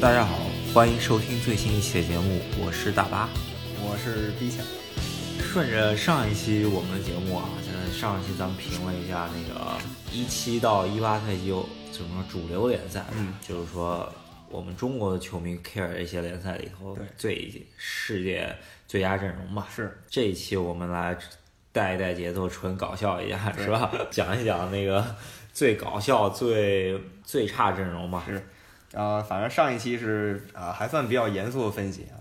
大家好，欢迎收听最新一期的节目，我是大巴。我是 B 强，顺着上一期我们的节目啊，现在上一期咱们评了一下那个一七到一八赛季怎么说主流联赛，嗯，就是说我们中国的球迷 care 这些联赛里头对最世界最佳阵容吧。是这一期我们来带一带节奏，纯搞笑一下对是吧？讲一讲那个最搞笑、最最差阵容吧。是啊，反正上一期是啊还算比较严肃的分析啊，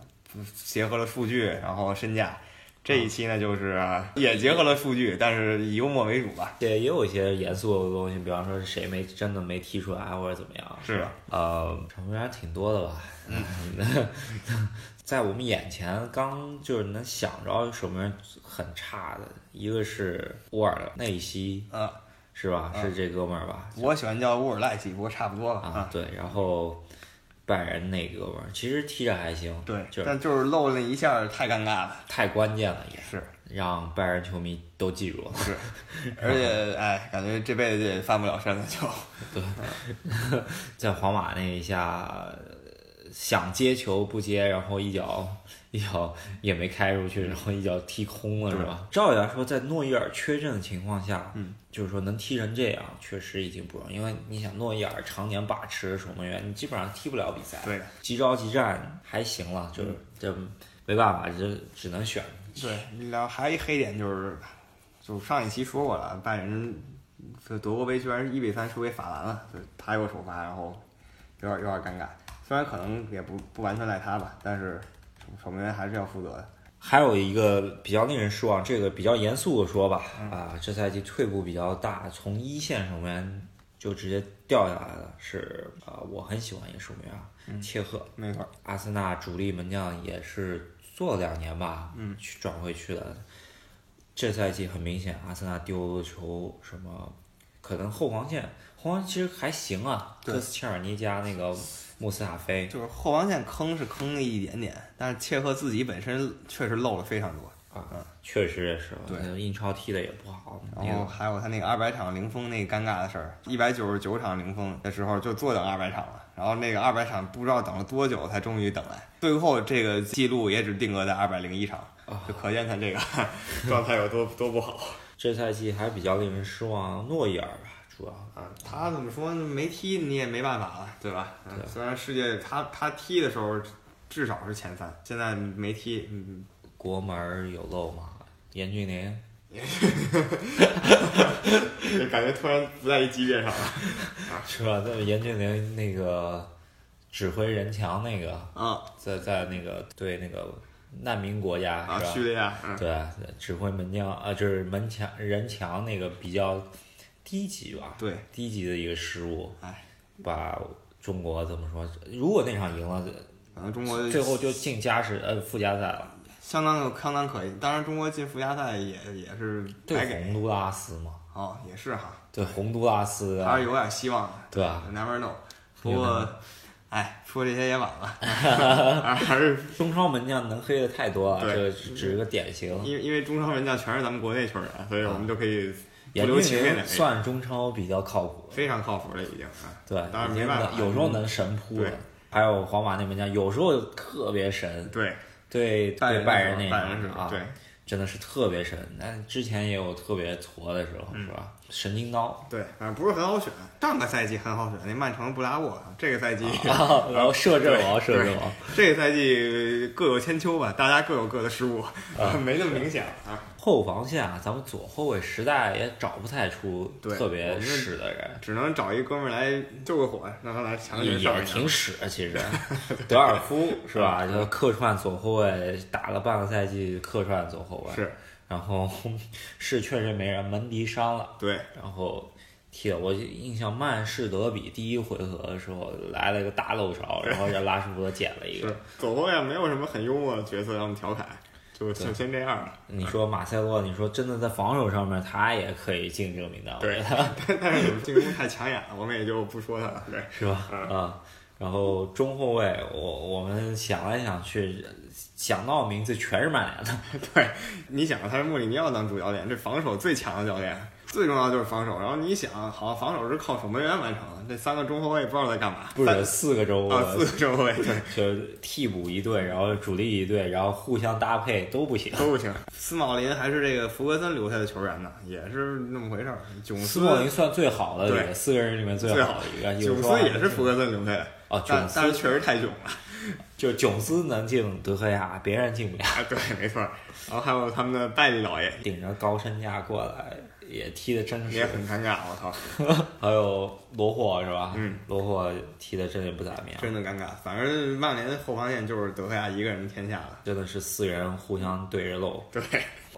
结合了数据，然后身价。这一期呢，就是、啊也结合了数据，但是以幽默为主吧。也也有一些严肃的东西，比方说谁没真的没踢出来或者怎么样，是呃，成员还挺多的吧。嗯 在我们眼前刚就是能想着守门员很差的，一个是沃尔内西啊，是吧？是这哥们儿吧？我喜欢叫乌尔赖奇，不过差不多吧。啊，，对，然后拜仁那哥们儿其实踢着还行，对，就是但就是漏了那一下，太尴尬 了。太关键了，也是让拜仁球迷都记住了。是，而且哎，感觉这辈子也翻不了身了，就 在皇马那一下，呃想接球不接，然后一脚一脚也没开出去，然后一脚踢空了，是吧？照理来说，在诺伊尔缺阵的情况下，嗯，就是说能踢成这样，确实已经不容易。因为你想，诺伊尔常年把持守门员，你基本上踢不了比赛。对急招急战还行了，就是、这没办法，这只能选。对。然后还有一黑点就是，就上一期说过了，拜仁这德国杯居然一比三输给法兰了，就是他有首发，然后有点有点尴尬。虽然可能也不不完全赖他吧，但是守门员还是要负责的。还有一个比较令人失望，这个比较严肃的说吧，啊，这赛季退步比较大，从一线守门员就直接掉下来了，是啊、呃我很喜欢一个守门员啊，切赫，没错，阿森纳主力门将也是做了两年吧，嗯，去转会去的。这赛季很明显，阿森纳丢球什么，可能后防线后防线其实还行啊，对科斯切尔尼加那个穆斯塔菲，就是后防线坑是坑了一点点，但是切赫自己本身确实漏了非常多。啊，确实也是，呃对，英超踢的也不好，那然后个还有他那个二百场零封那个尴尬的事儿，一百九十九场零封的时候就坐等二百场了，然后那个二百场不知道等了多久才终于等来，最后这个记录也只定格在二百零一场，就可见他这 个状态有多多不好。这赛季还比较令人失望，诺伊尔吧，主要啊，他怎么说没踢你也没办法了，对吧？嗯虽然世界他他踢的时候至少是前三，现在没踢，嗯，国门儿有漏嘛，严俊凌嗯 感觉突然不在一级别上了。是吧？那严俊凌那个指挥人墙那个，啊在在那个对那个难民国家啊，是叙吧？利亚，嗯，对，指挥门将啊，就是门墙人墙那个比较低级吧，对，低级的一个失误，哎，把中国怎么说？如果那场赢了，可能中国最后就进加时呃附加赛了，相当相当可以。当然，中国进附加赛也也是白对给洪都拉斯嘛，哦，也是哈，对洪都拉斯啊，还是有点希望的。对吧？Never know。不明白过，哎，说这些 也晚了，还是中超门将能黑的太多了，对这只是个典型。因为因为中超门将全是咱们国内球员，所以我们就 可以不严留俊情面的哎凌，算中超比较靠谱，非常靠谱了已经啊。对，当然没办法，有时候能神扑的对。还有皇马那门将，有时候特别神，对对拜对拜仁那那种拜仁是场啊，对真的是特别神。但之前也有特别挫的时候，嗯是吧？神经 刀，对，反正不是很好选。上个赛季很好选，那曼城布拉沃，这个赛季啊然后射 正王，射正王。这个赛季各有千秋吧，大家各有各的失误，没那么明显啊。后防线啊，咱们左后卫实在也找不太出对特我别们使的人，只能找一哥们儿来救个火，让他来强也行上也一下。挺使啊， 其实德尔夫是吧？就客串左后卫，打了半个赛季客串左后卫，是，然后 是确实没人，门迪伤了，对，然后踢了。我印象曼市德比第一回合的时候来了一个大漏勺，然后让拉什福德捡了一是个。左后卫没有什么很幽默的角色让我们调侃，就就先这样了。你说马塞洛，你说真的在防守上面他也可以进这个名单，我觉对得，但但是你们进攻太抢眼了，我们也就不说他了。对，是吧？嗯啊，然后中后卫，我我们想来想去，想到名字全是曼联的。对，你想他是穆里尼奥当主教练，这防守最强的教练，最重要的就是防守。然后你想，好像防守是靠守门员完成的，那三个中后卫不知道在干嘛。不三是四个周啊，四个中后卫对 就是替补一队，然后主力一队，然后互相搭配都不行。 都不行。斯茂林还是这个弗格森留下的球员呢，也是那么回事儿。囧斯斯莫林算最好的里对面，四个人里面最好的一个。有囧时候斯也是弗格森留下的，哦，但囧但是斯确实太囧了。 就囧斯能进德赫亚，别人进不了。啊，对，没错儿。然后还有他们的拜利老爷顶着高身价过来，也踢得真也是。很尴尬，我操，还有罗霍是吧？嗯，罗霍踢得真的不咋么样，真的尴尬。反正曼联后防线就是德赫亚一个人天下了。真的是四人互相对着漏。对，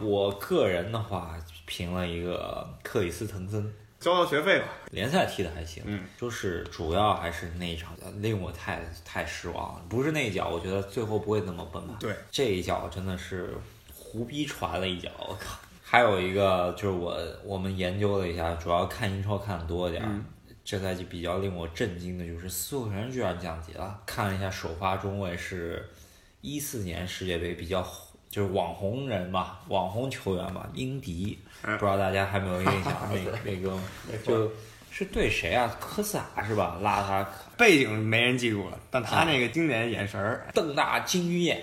我个人的话，评了一个克里斯滕森，交交学费吧。联赛踢得还行，嗯，就是主要还是那一场令我太太失望了，不是那一脚，我觉得最后不会那么奔吧，对，这一脚真的是胡逼传了一脚，我靠！还有一个就是我我们研究了一下，主要看英超看的多一点儿。嗯这赛季比较令我震惊的就是斯洛人居然降级了。看了一下首发中卫是一四年世界杯比较红就是网红人嘛，网红球员嘛，英迪，嗯不知道大家还没有印 象那那个就是对谁啊？科萨是吧？拉他背景没人记住了，但啊他那个经典眼神儿，瞪大金鱼眼，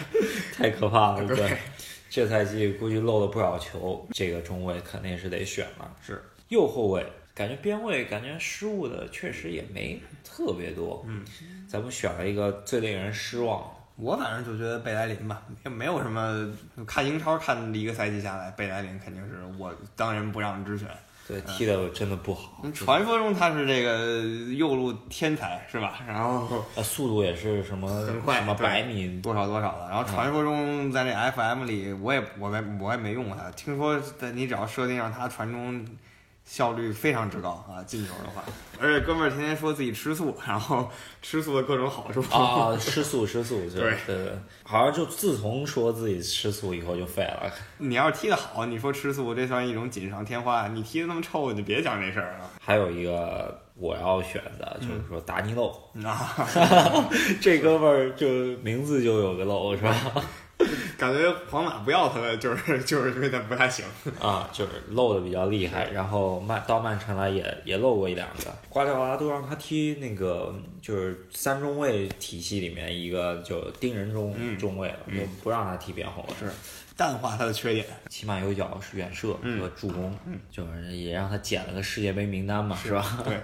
太可怕了，对。这赛季估计漏了不少球，这个中卫肯定是得选了。是右后卫感觉边卫感觉失误的确实也没特别多，嗯，咱们选了一个最令人失望的，我反正就觉得贝莱林吧，也没有什么看英超看一个赛季下来，贝莱林肯定是我当仁不让之选。对，嗯踢的真的不好，传说中他是这个右路天才是吧？然后呃，速度也是什么很快什么对百 米，多少多少的，然后传说中在这 FM 里，我也我没我也没用过他，听说在你只要设定让他传中。效率非常之高啊！进球的话，而且哥们儿天天说自己吃素，然后吃素的各种好处啊，吃素吃素，就对对对，好像就自从说自己吃素以后就废了。你要是踢得好，你说吃素这算一种锦上添花；你踢得那么臭，你就别讲这事儿啊了。还有一个我要选的就是说达尼漏，啊，嗯这哥们儿就 名字就有个漏是吧？ 感觉皇马不要他了，就是就是因为他不太行。啊，就是漏的比较厉害，然后曼到曼城来也也漏过一两个。瓜迪奥拉都让他踢那个就是三中卫体系里面一个就盯人中、嗯中卫了，就不让他踢边后了。是淡化他的缺点，起码有一脚是远射嗯和助攻，就是也让他捡了个世界杯名单嘛，是吧？ 对，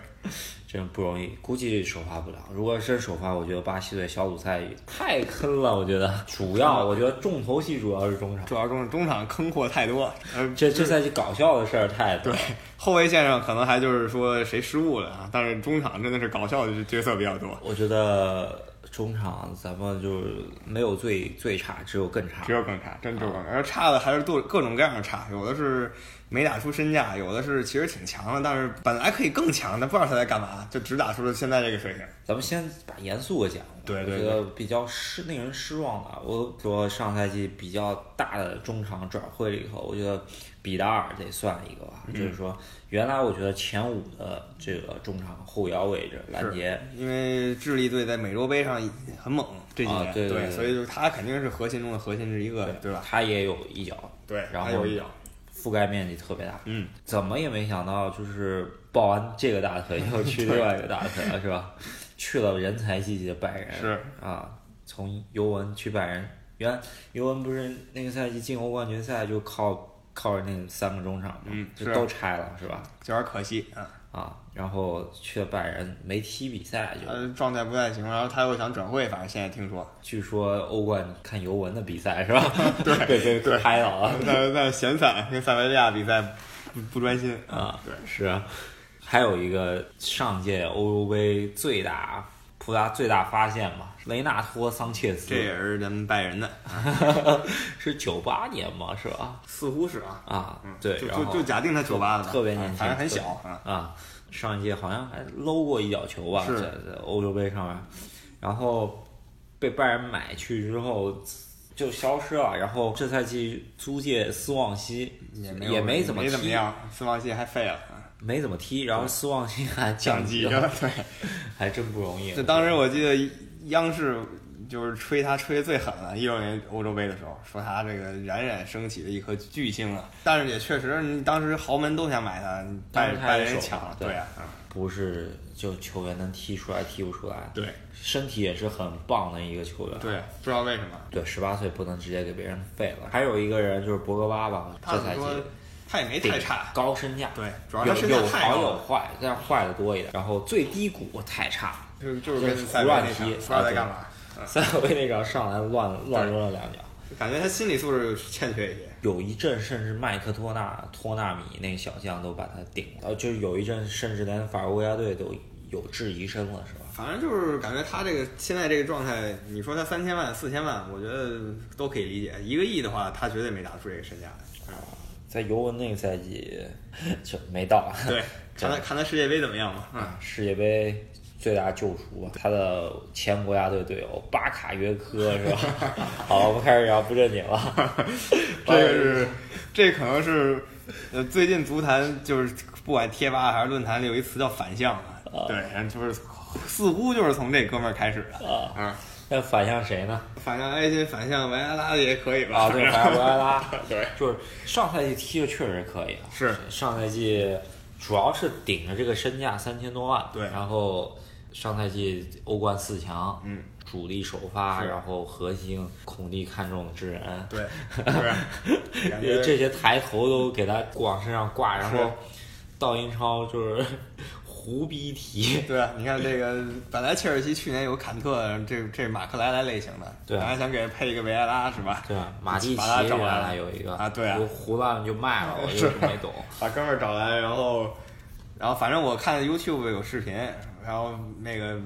真不容易，估计首发不了。如果真首发，我觉得巴西队小组赛太坑了。我觉得主要，我觉得重头戏主要是中场。主要中中场坑货太多，呃，这这赛季搞笑的事儿太多，后卫线上可能还就是说谁失误了啊，但是中场真的是搞笑的角色比较多，我觉得中场咱们就是没有最最差，只有更差只。有更差，真只有更差，而差的还是多各种各样的差，有的是没打出身价，有的是其实挺强的，但是本来可以更强的，不知道他在干嘛，就只打出了现在这个水平。咱们先把严肃的讲，对对我觉得比较失令人失望的，啊我说上赛季比较大的中场转会里头，我觉得比达尔得算一个嗯吧，就是说原来我觉得前五的这个中场后腰位置，拦截因为智利队在美洲杯上很猛，这几年、啊对对对所以就是他肯定是核心中的核心之一个，对吧？他也有一脚，对，然他后有一脚，覆盖面积特别大，嗯，怎么也没想到，就是抱完这个大腿 又去另外一个大腿了，是吧？去了人才济济的拜仁，是啊，从尤文去拜仁，原来尤文不是那个赛季进欧冠决赛就靠靠着那三个中场嘛，嗯就是都拆了，是吧？有点可惜啊。啊，然后去了拜仁没踢比赛就，他状态不太行，然后他又想转会，反正现在听说，据说欧冠看尤文的比赛 是吧？对 对对，拍了啊。那那闲散跟塞维利亚比赛不不专心啊，对，是啊，还有一个上届欧洲杯最大葡萄牙最大发现嘛，雷纳托·桑切这斯也是咱们拜仁的，是九八年嘛，是吧？似乎是啊，啊，对，就然就后就假定他九八的吧，特别年轻反正很小啊，啊，上一届好像还搂过一脚球吧，是在在欧洲杯上面，然后被拜仁买去之后就消失了，然后这赛季租借斯旺西也没没也怎么没踢，怎么样，斯旺西还废了，啊没怎么踢，然后斯旺西还降级了， 了，对。还真不容易。就当时我记得央视就是吹他吹的最狠了，一六年欧洲杯的时候，说他这个冉冉升起的一颗巨星啊。但是也确实，你当时豪门都想买他，拜当时他拜也仁手抢了，对对啊，嗯不是就球员能踢出来踢不出来，对身体也是很棒的一个球员。对，不知道为什么。对，十八岁不能直接给别人废了。还有一个人就是博格巴吧，他这们赛季说他也没太差，高身价，对，主要有他身有材太好高有了，坏，但是坏的多一点。然后最低谷太差了，就就是就是跟塞维胡乱那场踢啊不知道在干嘛， 赛后那场上来乱乱抡了两脚。感觉他心理素质欠缺一些。有一阵甚至麦克托纳、托纳米那个小将都把他顶了，呃，就是有一阵甚至连法国国家队都有质疑声了，是吧？反正就是感觉他这个现在这个状态，你说他三千万、四千万，我觉得都可以理解。一个亿的话，他绝对没打出这个身价来。在尤文那个赛季 就没到，啊对， 看他看他世界杯怎么样吧。嗯， 世界杯最大救赎吧，他的前国家队队友巴卡约科是吧？ 好，我们开始聊不正经了。 这个是，这可能是，呃，最近足坛就是不管贴吧还是论坛里有一词叫反向嘛，对，然后就是似乎就是从这哥们儿开始的。啊，嗯，那反向谁 呢？反向埃及，反向维埃拉也可以吧？啊，对，法国维埃拉， 对，就是上赛季踢的确实可以啊，是上赛季主要是顶着这个身价三千多万，对然后上赛季欧冠四强，嗯，主力首发，是然后核心孔蒂看中的之人，对， 是，感觉这些抬头都给他往身上挂，然是后到英超就是胡逼踢， 对啊，你看这个，本来切尔西去年有坎特，这这马克莱莱类型的，对啊本来想给配一个维埃拉是吧？对吧？马蒂奇把他原找来来了有一个啊对啊我胡乱就卖了，我就是是没懂。把哥们儿找来，然后，然后反正我看 YouTube 有视频，然后那个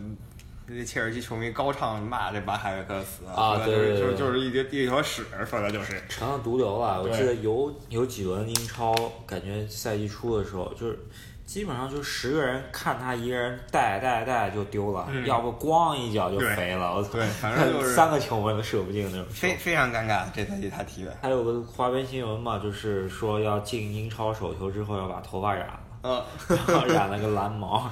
那切尔西球迷高唱骂这巴凯维克死啊说的就是对就对是就是一坨一坨屎，说的就是成了毒瘤了。我对记得有有几轮英超，感觉赛季初的时候，就是基本上就十个人看他一个人带带带就丢了，嗯要不咣一脚就飞了。我操，对，反正就是三个球门都射不进那种球非。非常尴尬，这赛季他踢的，还有个花边新闻嘛，就是说要进英超首球之后要把头发染 了，嗯，然后染了个蓝毛。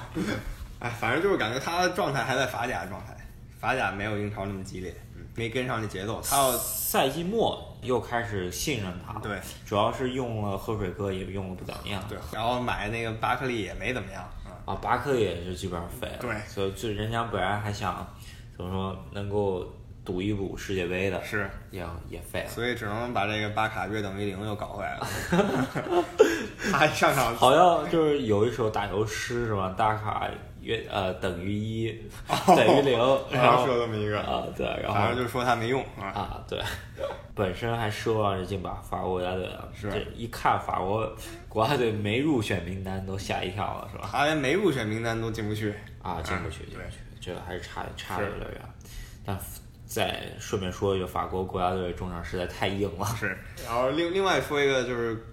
哎，反正就是感觉他状态还在法甲状态，法甲没有英超那么激烈，嗯没跟上这节奏，他要赛季末又开始信任他了，对。主要是用了喝水哥也用的不怎么样。对，然后买那个巴克利也没怎么样，嗯，啊，巴克也是基本上废了。对所以就人家本来还想怎么说能够赌一赌世界杯的，是，也也废了。所以只能把这个巴卡约等于零又搞回来了。 他一上场 好像就是有一首打油诗是吧？大卡约呃等于一、等于 零，然然后哦后说这么一个，啊对，然反正后就说他没用啊。啊对，本身还奢望着进把法国国家队了，是这一看法国国家队没入选名单都吓一跳了是吧？他连没入选名单都进不去，啊，进不去，嗯进对不去，这还是差差的是有点远。但再顺便说一句，法国国家队中场实在太硬了是。然后另另外说一个就是，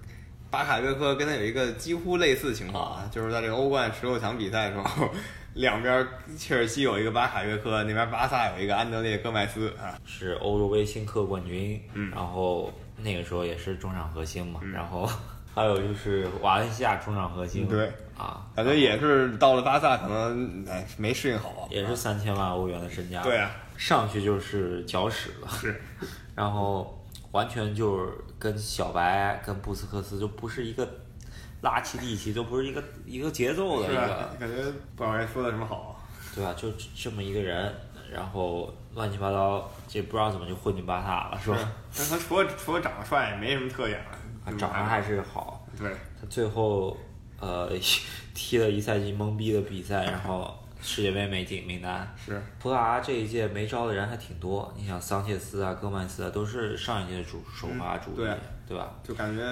巴卡约科跟他有一个几乎类似情况啊，就是在这个欧冠十六强比赛的时候， 两边切尔西有一个巴卡约科，那边巴萨有一个安德烈戈麦斯啊，是欧洲杯新科冠军，嗯然后那个时候也是中场核心嘛，然后 还有就是瓦伦西亚中场核心，嗯对啊，感觉也是到了巴萨可能哎没适应好，也是三千万欧元的身价，对啊，上去就是搅屎了，是。然后完全就是跟小白、跟布斯克斯就不是一个拉齐蒂奇，就不是一个一个节奏的一是个啊，感觉不知道该说的什 么好。对吧？就这么一个人，然后乱七八糟，这不知道怎么就混进巴萨了，是吧？但他除了除了长得帅，也没什么特点了啊，长得还是好，对，他最后呃 踢了一赛季懵逼的比赛，然后世界杯没进名单。是葡萄牙这一届没招的人还挺多，你想桑切斯啊、戈麦斯啊，都是上一届的主首发主力，对对吧？就感觉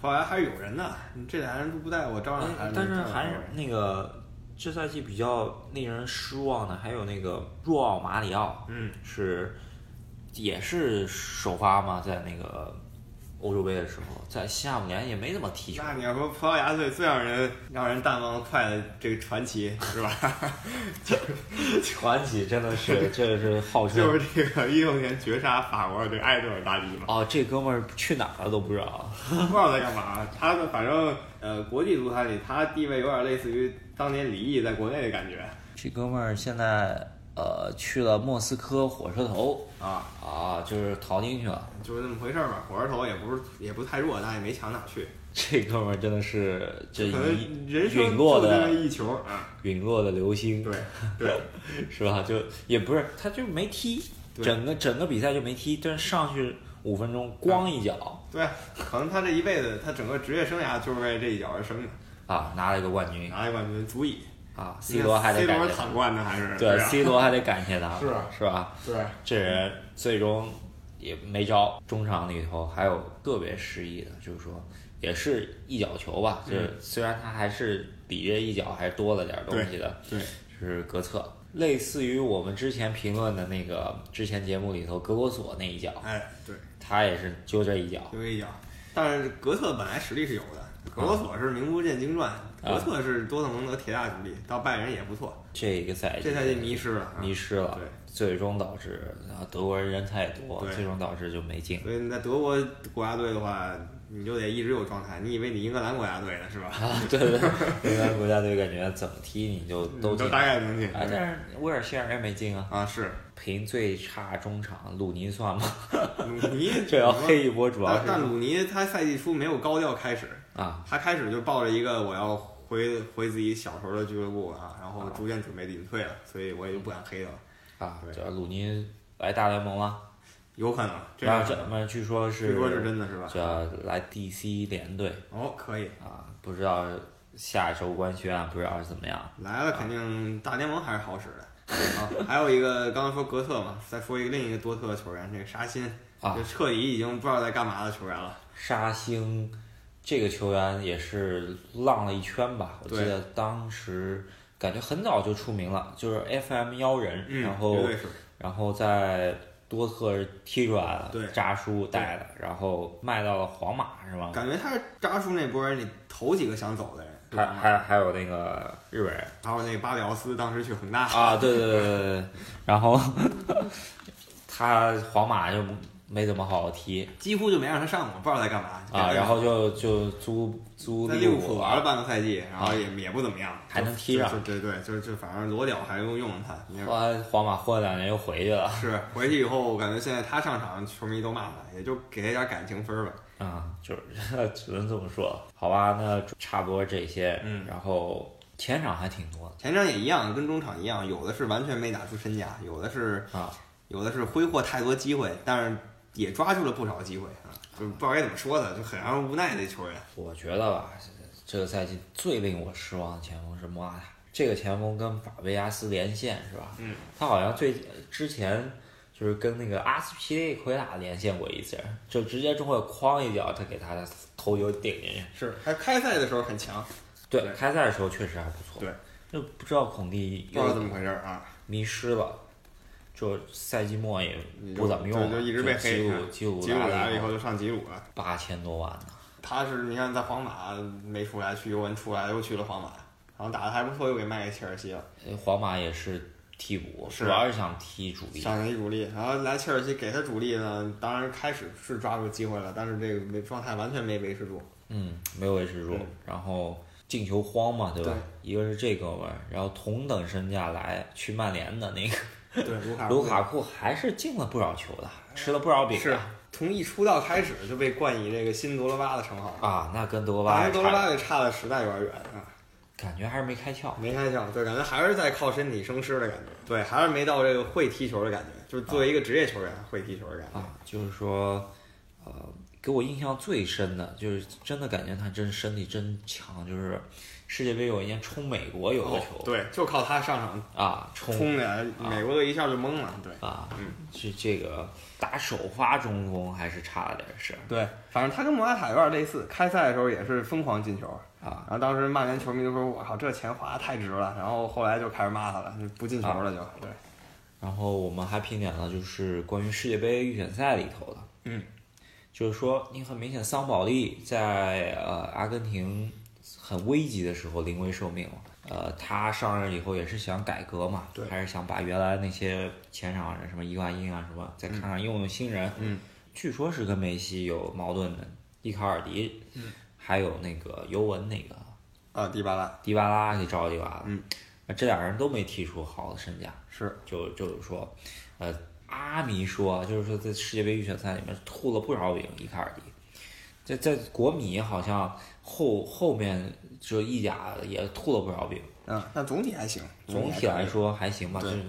葡萄牙还是有人的，你这俩人都不在我照样还嗯但是照样还是有人那个这赛季比较令人失望的，还有那个若奥马里奥，嗯，是也是首发嘛，在那个欧洲杯的时候，在西汉姆联也没怎么踢球，那你要说葡萄牙队最让人让人淡忘快的这个传奇是 吧？ 传奇真的是这是号称、就是这个一六年绝杀法国的这个埃德尔大帝嘛，哦，这哥们儿去哪儿了都不知道，不知道在干嘛。他的反正呃，国际足坛里他地位有点类似于当年李毅在国内的感觉。这哥们儿现在呃，去了莫斯科火车头啊，啊，就是逃进去了。就是那么回事儿吧。火车头也不是也不太弱，但也没强哪去，这哥们儿真的是这可一能人生陨落就这的么一球啊。陨落的流星，对对， 是吧？就也不是，他就没踢，对整个整个比赛就没踢，但是上去五分钟，咣一脚对，啊可能他这一辈子，他整个职业生涯就是为这一脚而生的，啊，拿了一个冠军拿一冠军足以。啊！C 罗还得 C 感罗谢他，躺冠呢，还是对是啊 C 罗还得感谢他，是啊是吧？对这人最终也没招。中场里头还有个别失意的，就是说也是一脚球吧，就是嗯虽然他还是比这一脚还是多了点东西的，对，就是格策，类似于我们之前评论的那个之前节目里头格罗索那一脚，哎对，他也是就这一脚，就这一脚。但是格策本来实力是有的，格罗索是名不见经传，啊格策是多特蒙德铁打主力，到拜仁也不错，这一个赛季这赛季迷失了啊，哎迷失了对，最终导致然后德国人人才也多，对最终导致就没进。所以你在德国国家队的话，你就得一直有状态。你以为你英格兰国家队呢是吧？啊，对对，对，英格兰国家队感觉怎么踢你就都进嗯都。大概能进。啊，但是威尔希尔也没进啊，啊是，评最差中场鲁尼算吗？ 鲁尼这要黑一波，主要但是但鲁尼他赛季初没有高调开始，啊，他开始就抱着一个我要回回自己小时候的俱乐部啊，然后逐渐准备隐退了，所以我也就不敢黑他了。啊，对这鲁尼来大联盟了，有可能，这然样后这么据说据是说是真的是吧？这来 DC 联队哦，可以，啊，不知道下周官宣啊，不知道是怎么样。来了肯定大联盟还是好使的。啊，还有一个刚才说格特嘛，再说一个另一个多特的球员，这个沙辛，啊就彻底已经不知道在干嘛的球员了。沙星这个球员也是浪了一圈吧，我记对得当时感觉很早就出名了，就是 FM 妖人，嗯，然后绝对是然后在多特踢出来了，对扎叔带的，然后卖到了皇马是吗？感觉他是扎叔那波人里头几个想走的人，对还吧还还有那个日本人还有那巴里奥斯当时去恒大，啊，对对对对对对，然 后他皇马就没怎么好好踢几乎就没让他上过，不知道在干嘛。啊，然后就就租租在利利物物浦浦玩了半个赛季，然后也也不怎么样，啊还能踢上啊就对对，就就反正裸屌还用用他。你后来皇马混了两年又回去了是回去以后，我感觉现在他上场，球迷都骂他，也就给他点感情分儿吧。啊，就是 只能这么说，好吧，那差不多这些，嗯然后前场还挺多前场也一样，跟中场一样，有的是完全没打出身价，有的是的啊，有的是挥霍太多机会，但是也抓住了不少机会啊，就不知道该怎么说的，就很让人无奈的球员。我觉得吧，这个赛季最令我失望的前锋是莫拉塔。这个前锋跟法贝亚斯连线是吧？嗯，他好像最之前就是跟那个阿斯皮利奎塔连线过一次，就直接中后卫哐一脚，他给他的头球顶进去。是，他开赛的时候很强，对对，开赛的时候确实还不错。对，就不知道孔蒂不知道怎又么回事儿啊。迷失了，就赛季末也不怎么用了，对就一直被基黑。鲁基鲁吉鲁来了以以后就上吉鲁了。八千多万呢。他是你看在皇马没出来，去尤文出来又去了皇马，然后打的还不错，又给卖给切尔西了，呃皇马也是替补，是主要是想踢主力。上一主力。然后来切尔西给他主力呢，当然开始是抓住机会了，但是这个没状态完全没维持住。嗯，没有维持住，然后进球荒嘛，对吧？一个是这哥们儿，然后同等身价来去曼联的那个对，卢卡嗯卢卡库还是进了不少球的，吃了不少饼啊是从一出道开始就被冠以这个新德罗巴的称号，啊，那跟德罗巴反还正差德罗巴也差的实在有点远啊。感觉还是没开窍。没开窍，对，感觉还是在靠身体生吃的感觉，对，还是没到这个会踢球的感觉，就是作为一个职业球员会踢球的感觉。啊，就是说，呃，给我印象最深的就是真的感觉他真身体真强，就是世界杯有一年冲美国有个球、哦对，就靠他上场啊，冲冲嗯的，美国队一下就懵了，对。啊，这这个打首发中锋还是差了点儿事儿对，反正他跟莫拉塔有点类似，开赛的时候也是疯狂进球，啊。然后当时曼联球迷就说：“我靠，这钱花的太值了。”然后后来就开始骂他了，就不进球了就。啊对，然后我们还评点了就是关于世界杯预选赛里头的，嗯，就是说你很明显桑保利在呃阿根廷很危急的时候临危受命了。呃，他上任以后也是想改革嘛，对还是想把原来那些前场人，什么伊瓜因啊什么，再看看用用新人。嗯，据说是跟梅西有矛盾的，伊卡尔迪，嗯，还有那个尤文那个啊，迪巴拉，迪巴拉给招进来了。嗯，那这俩人都没踢出好的身价，是就就是说，呃，阿迷说就是说在世界杯预选赛里面吐了不少饼伊卡尔迪，在在国米好像后后面就意甲也吐了不少饼，嗯，那总体还行，总体体还来可以说还行吧，就对是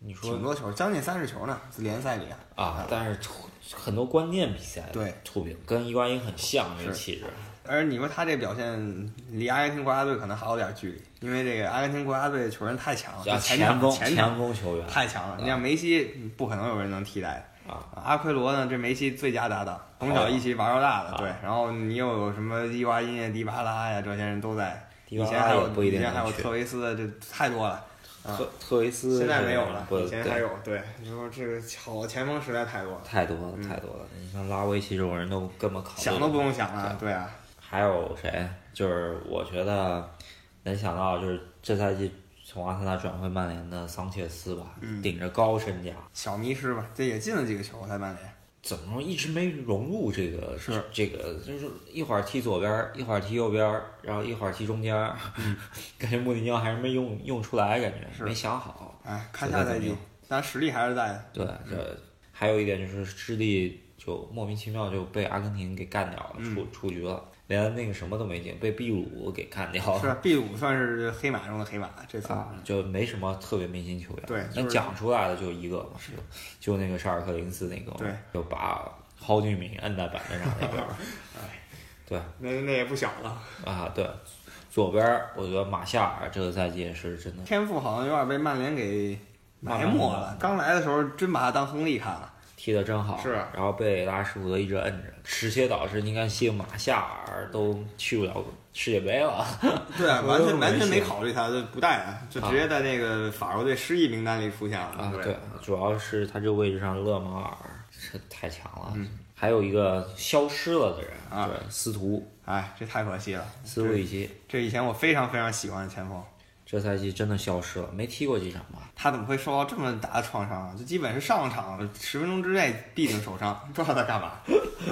你说挺多球，将近三十球呢，联赛里啊，啊，但是吐很多关键比赛对吐饼跟伊瓜因很像这个是啊气质，而你说他这表现离阿根廷国家队可能还有点距离，因为这个阿根廷国家队的球员太强了，啊前锋场前前场锋球员太强了。你像梅西，不可能有人能替代的啊。哦阿奎罗呢，这梅西最佳搭档，从小一起玩到大的，啊对。然后你又有什么伊瓜因呀、迪巴拉呀，这些人都在。迪以巴前拉还也有不一以定前还有能去特维斯，这太多了。啊特特维斯现在是没有了，不以前还对有，对，你说这个好前锋实在太多了，太多了，太多了。你像拉维奇这种人都根本考虑嗯想都不用想了，对啊，还有谁？就是我觉得能想到，就是这赛季从阿森纳转会曼联的桑切斯吧，嗯顶着高身价，小迷失吧，这也进了几个球才曼联，怎么说一直没融入这个是这个，就是一会儿踢左边儿，一会儿踢右边儿，然后一会儿踢中间儿， 感觉穆里尼奥还是没用用出来，感觉嗯是没想好。哎，看下赛实在怎么季样，但实力还是在的。对，这还有一点就是智利就莫名其妙就被阿根廷给干掉了，嗯出出局了，连那个什么都没进，被秘鲁给干掉了。是，B 五算是黑马中的黑马，这次、啊， 就没什么特别明星球员，对能就是讲出来的就一个嘛，就就那个沙尔克林斯那个，对，就把蒿俊闵摁在板凳上那边儿，对那那也不小了。 啊，对，左边儿我觉得马夏尔这个赛季也是真的，天赋好像有点被曼联给埋没了。刚来的时候真把他当亨利看了，踢得真好，是啊然后被拉什福德一直摁着，迟些导致你看，西马夏尔都去不了世界杯了， 对啊，我完都全没完全没信考虑他，就不带啊，就直接在那个法国队失意名单里出现了。啊，对对，主要是他这位置上勒马尔这太强了，还有一个消失了的人，嗯啊对，司徒哎，这太可惜了。斯维里奇，这以前我非常非常喜欢的前锋，这赛季真的消失了，没踢过几场吧？他怎么会受到这么大的创伤啊？就基本是上场十分钟之内必定受伤，不知道他干嘛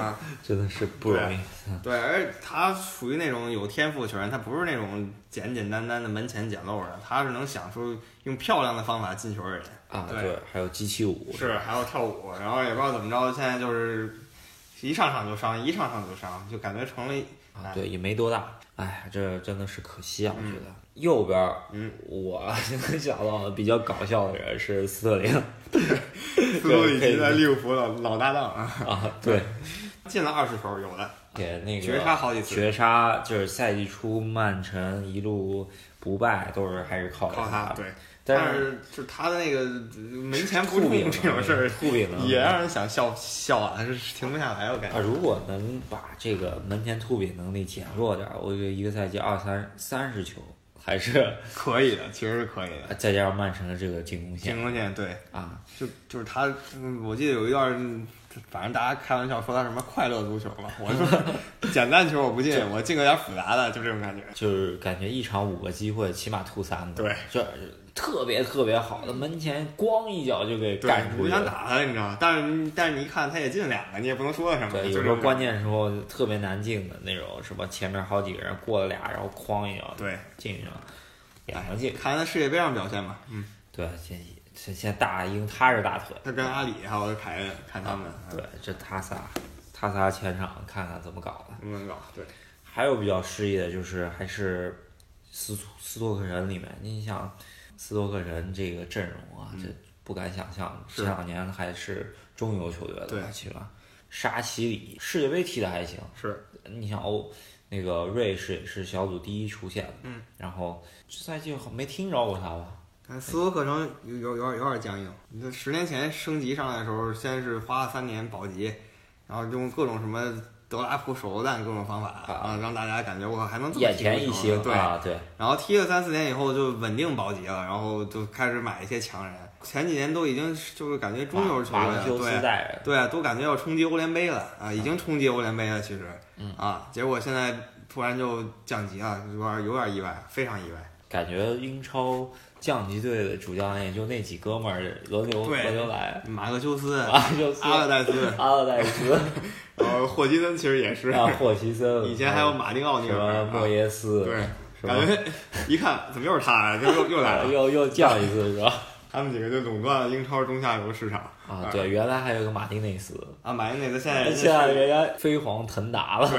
啊。真的是不容易。对，而他属于那种有天赋的球员，他不是那种简简单单的门前捡漏的，他是能想出用漂亮的方法进球的人。啊，对对，还有 G 七五，是，还要跳舞，然后也不知道怎么着，现在就是一上场就伤，一上场就伤，就感觉成了一啊，对，也没多大。哎，这真的是可惜啊，我觉得。右边儿，嗯我 想到的比较搞笑的人是斯特林 斯洛里奇在利物浦老老搭档啊，啊，对，进了二十球有的，给那个绝杀好几次绝杀就是赛季初曼城一路不败，都是还是靠靠他。对，但但是是就是他的那个门前不吐中饼这种事儿，吐饼也让人想笑笑啊，是停不下来，我感啊，觉。如果能把这个门前吐饼能力减弱点儿，我觉得一个赛季二三三十球还是可以的，其实是可以的。呃再加上曼城的这个进攻线进攻线对，啊，就就是他，嗯我记得有一段，嗯反正大家开玩笑说他什么快乐足球嘛，我说简单球我不进，我进个点复杂的，就这种感觉。就是感觉一场五个机会起码吐三个，对，这特别特别好的门前咣一脚就给对干，你出不去想了。打他，你知道吗？但是但是你一看他也进两个，你也不能说他什么，对，有就是时候关键时候特别难进的那种，什么前面好几个人过了俩，然后哐一脚对，进去了，也能进。看他世界杯上表现嘛，嗯，对，现现现在大英踏着大腿，他跟阿里还有凯恩看他们，对，这他仨，他仨前场看看怎么搞的。能不能搞？对，还有比较失意的就是还是斯图斯托克人里面，你想斯托克人这个阵容啊，这不敢想象。嗯是前两年还是中游球队的对吧，起码沙奇里世界杯踢的还行。是你想欧那个瑞士也是小组第一出线的，嗯，然后这赛季好没听着过他吧？但斯托克城有有有点有点僵硬。你这十年前升级上来的时候，先是花了三年保级，然后用各种什么德拉普手榴弹各种方法啊，让大家感觉我靠还能这么眼踢前一足球新对，啊，对，然后踢了三四年以后就稳定保级了，然后就开始买一些强人。前几年都已经就是感觉中游球马队马了，克修斯对带人，对啊，都感觉要冲击欧联杯了啊，已经冲击欧联杯了，其实，嗯啊，结果现在突然就降级了，有点有点意外，非常意外。感觉英超降级队的主教练也就那几哥们儿轮流对轮流来，马克修斯、 马克修斯阿勒代斯，阿勒代斯呃，霍奇森其实也是，啊，霍奇森，嗯 以前还有马丁奥尼什么尔、啊莫耶斯，对，是吧感？觉一看怎么又是他，就又又来了。啊又又降一次是 吧？他们几个就垄断了英超中下游市场啊，对，原来还有个马丁内斯，啊！买那个现在现在人家飞黄腾达了，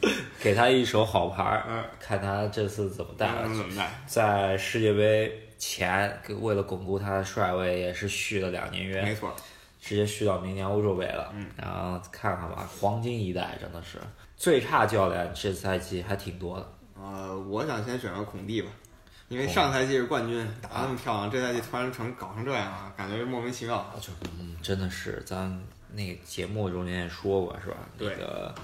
给他一手好牌儿，嗯，看他这次怎么带带了。怎么带？在世界杯前，给为了巩固他的帅位，也是续了两年约，没错，直接续到明年欧洲杯了。嗯，然后看看吧，黄金一代真的是最差教练，这赛季还挺多的。呃，我想先选个孔蒂吧，因为嗯上赛季是冠军，打那么漂亮，这赛季突然成搞成这样啊，感觉莫名其妙。就嗯，真的是咱那个节目中间也说过是吧？对那个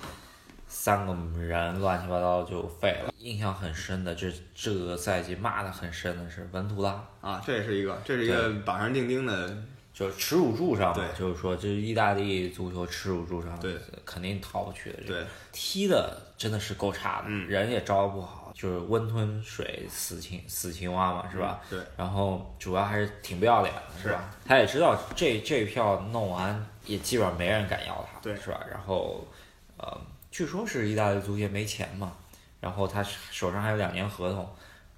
三个人乱七八糟就废了。印象很深的，这这个赛季骂的很深的是文图拉，啊，这也是一个，这是一个板上钉钉的，就是耻辱柱上嘛对，就是说，这是意大利足球耻辱柱上，对，肯定逃不去的。这个对，踢的真的是够差的，嗯人也招不好，就是温吞水死青死青蛙嘛，是吧？嗯对，然后主要还是挺不要脸的，是吧？他也知道这这票弄完也基本上没人敢要他，对是吧？然后，呃，据说是意大利足协没钱嘛，然后他手上还有两年合同，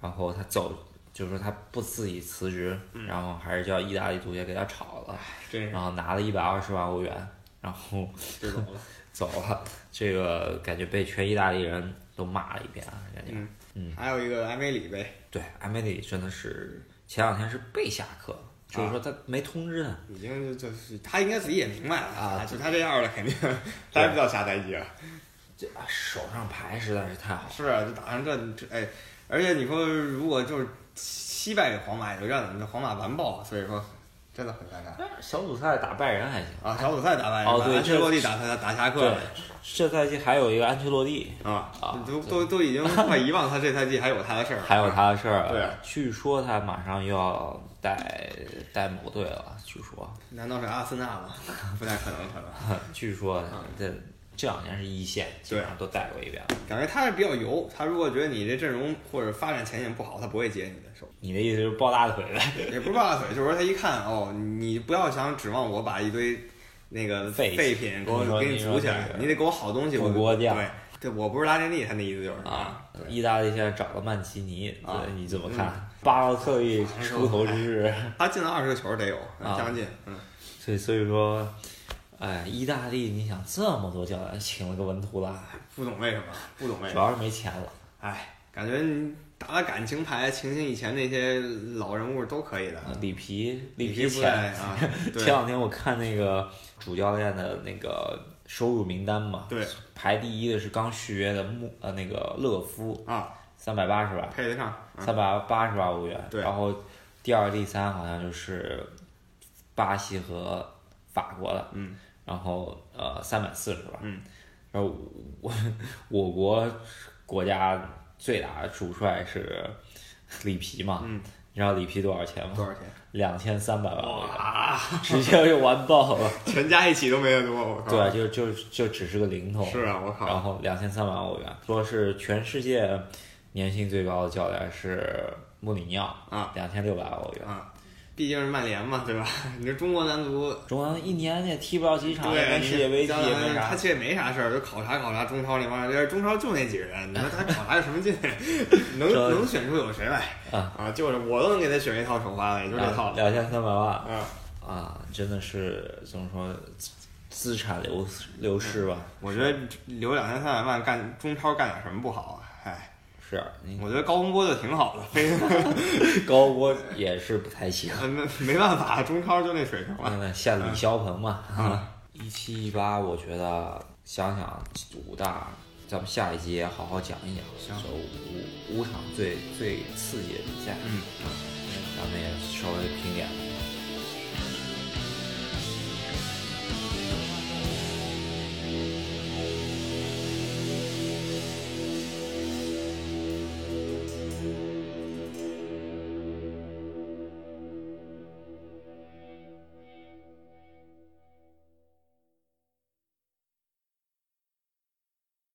然后他走，就是说他不自己辞职，然后还是叫意大利足协给他炒了，真是然后拿了一百二十万欧元，然后这种了。走了。这个感觉被全意大利人都骂了一遍啊，感觉。嗯还有一个埃梅里呗，对，艾梅里真的是前两天是被下课，就是啊说他没通知他。已经就就是他应该自己也明白了啊就他这样了，肯定待不到下赛季了。这啊手上牌实在是太好了。 是啊，就打成这这哎，而且你说如果就是惜败给皇马，也就让你们皇马完爆，所以说真的很尴尬但是小组赛打败人还行。啊。小组赛打败哦对安切这洛蒂打他打下课对了，这赛季还有一个安切洛蒂，啊啊，都都都已经快遗忘他这赛季还有他的事儿了，还有他的事儿了。对啊据说他马上又要带带某队了，据说。 难道是阿森纳吗？ 不太可能，可能据说嗯这这两年是一线，基本上都带过一遍了。感觉他是比较油，他如果觉得你这阵容或者发展前景不好，他不会接你的手，你的意思就是抱大腿呗？也不是抱大腿，就是说他一看哦，你不要想指望我把一堆那个废废品给我你说给你你说组起来这，个你得给我好东西，我火锅酱对，对我不是拉丁利，他那意思就是啊，意大利现在找了曼奇尼，啊嗯对你怎么看？巴洛特利出头之 日，啊他进了二十个球得有啊将近，嗯，所以所以说，哎，意大利你想这么多教练，请了个文图拉，不懂为什么，不懂为什主么，要是没钱了。哎，感觉你打打感情牌，请请以前那些老人物都可以的，啊里皮里嗯皮皮不前赖啊，前对两天我看那个主教练的那个收入名单嘛，对排第一的是刚续约的穆呃那个勒夫啊，三百八十万，配得上，嗯三百八十万欧元。对然后第二、第三好像就是巴西和法国了，嗯，然后呃三百四十万，嗯，然后我我国国家最大的主帅是里皮嘛，嗯，你知道里皮多少钱吗？多少钱？两千三百万欧元，哇，直接就完爆 了。全家一起都没得多，我靠！对，就就就只是个零头，是啊，我靠，然后两千三百万欧元，说是全世界年薪最高的教练是穆里尼奥啊，两千六百万欧元。啊，毕竟是曼联嘛，对吧？你这中国男足，中国一年也踢不了几场，也对，没啊世界杯踢，也没他啥。其实也没啥事儿，就考察考察中超那帮人，要哎是中超就那几个人，你说他考察有什么劲？ 能这能选出有谁来啊？啊，就是我都能给他选一套首发了，也就这套了。两千三百万啊，啊，真的是怎么说，资资产流失流失吧？嗯我觉得留两千三百万干中超干点什么不好啊？哎，是你我觉得高洪波就挺好的，非 高国也是不太行。没没办法，中超就那水平了。那像李霄鹏嘛，嗯啊一七一八，我觉得想想五大，咱们下一集也好好讲一讲，行就五五场最最刺激的比赛，啊嗯，咱们也稍微评点。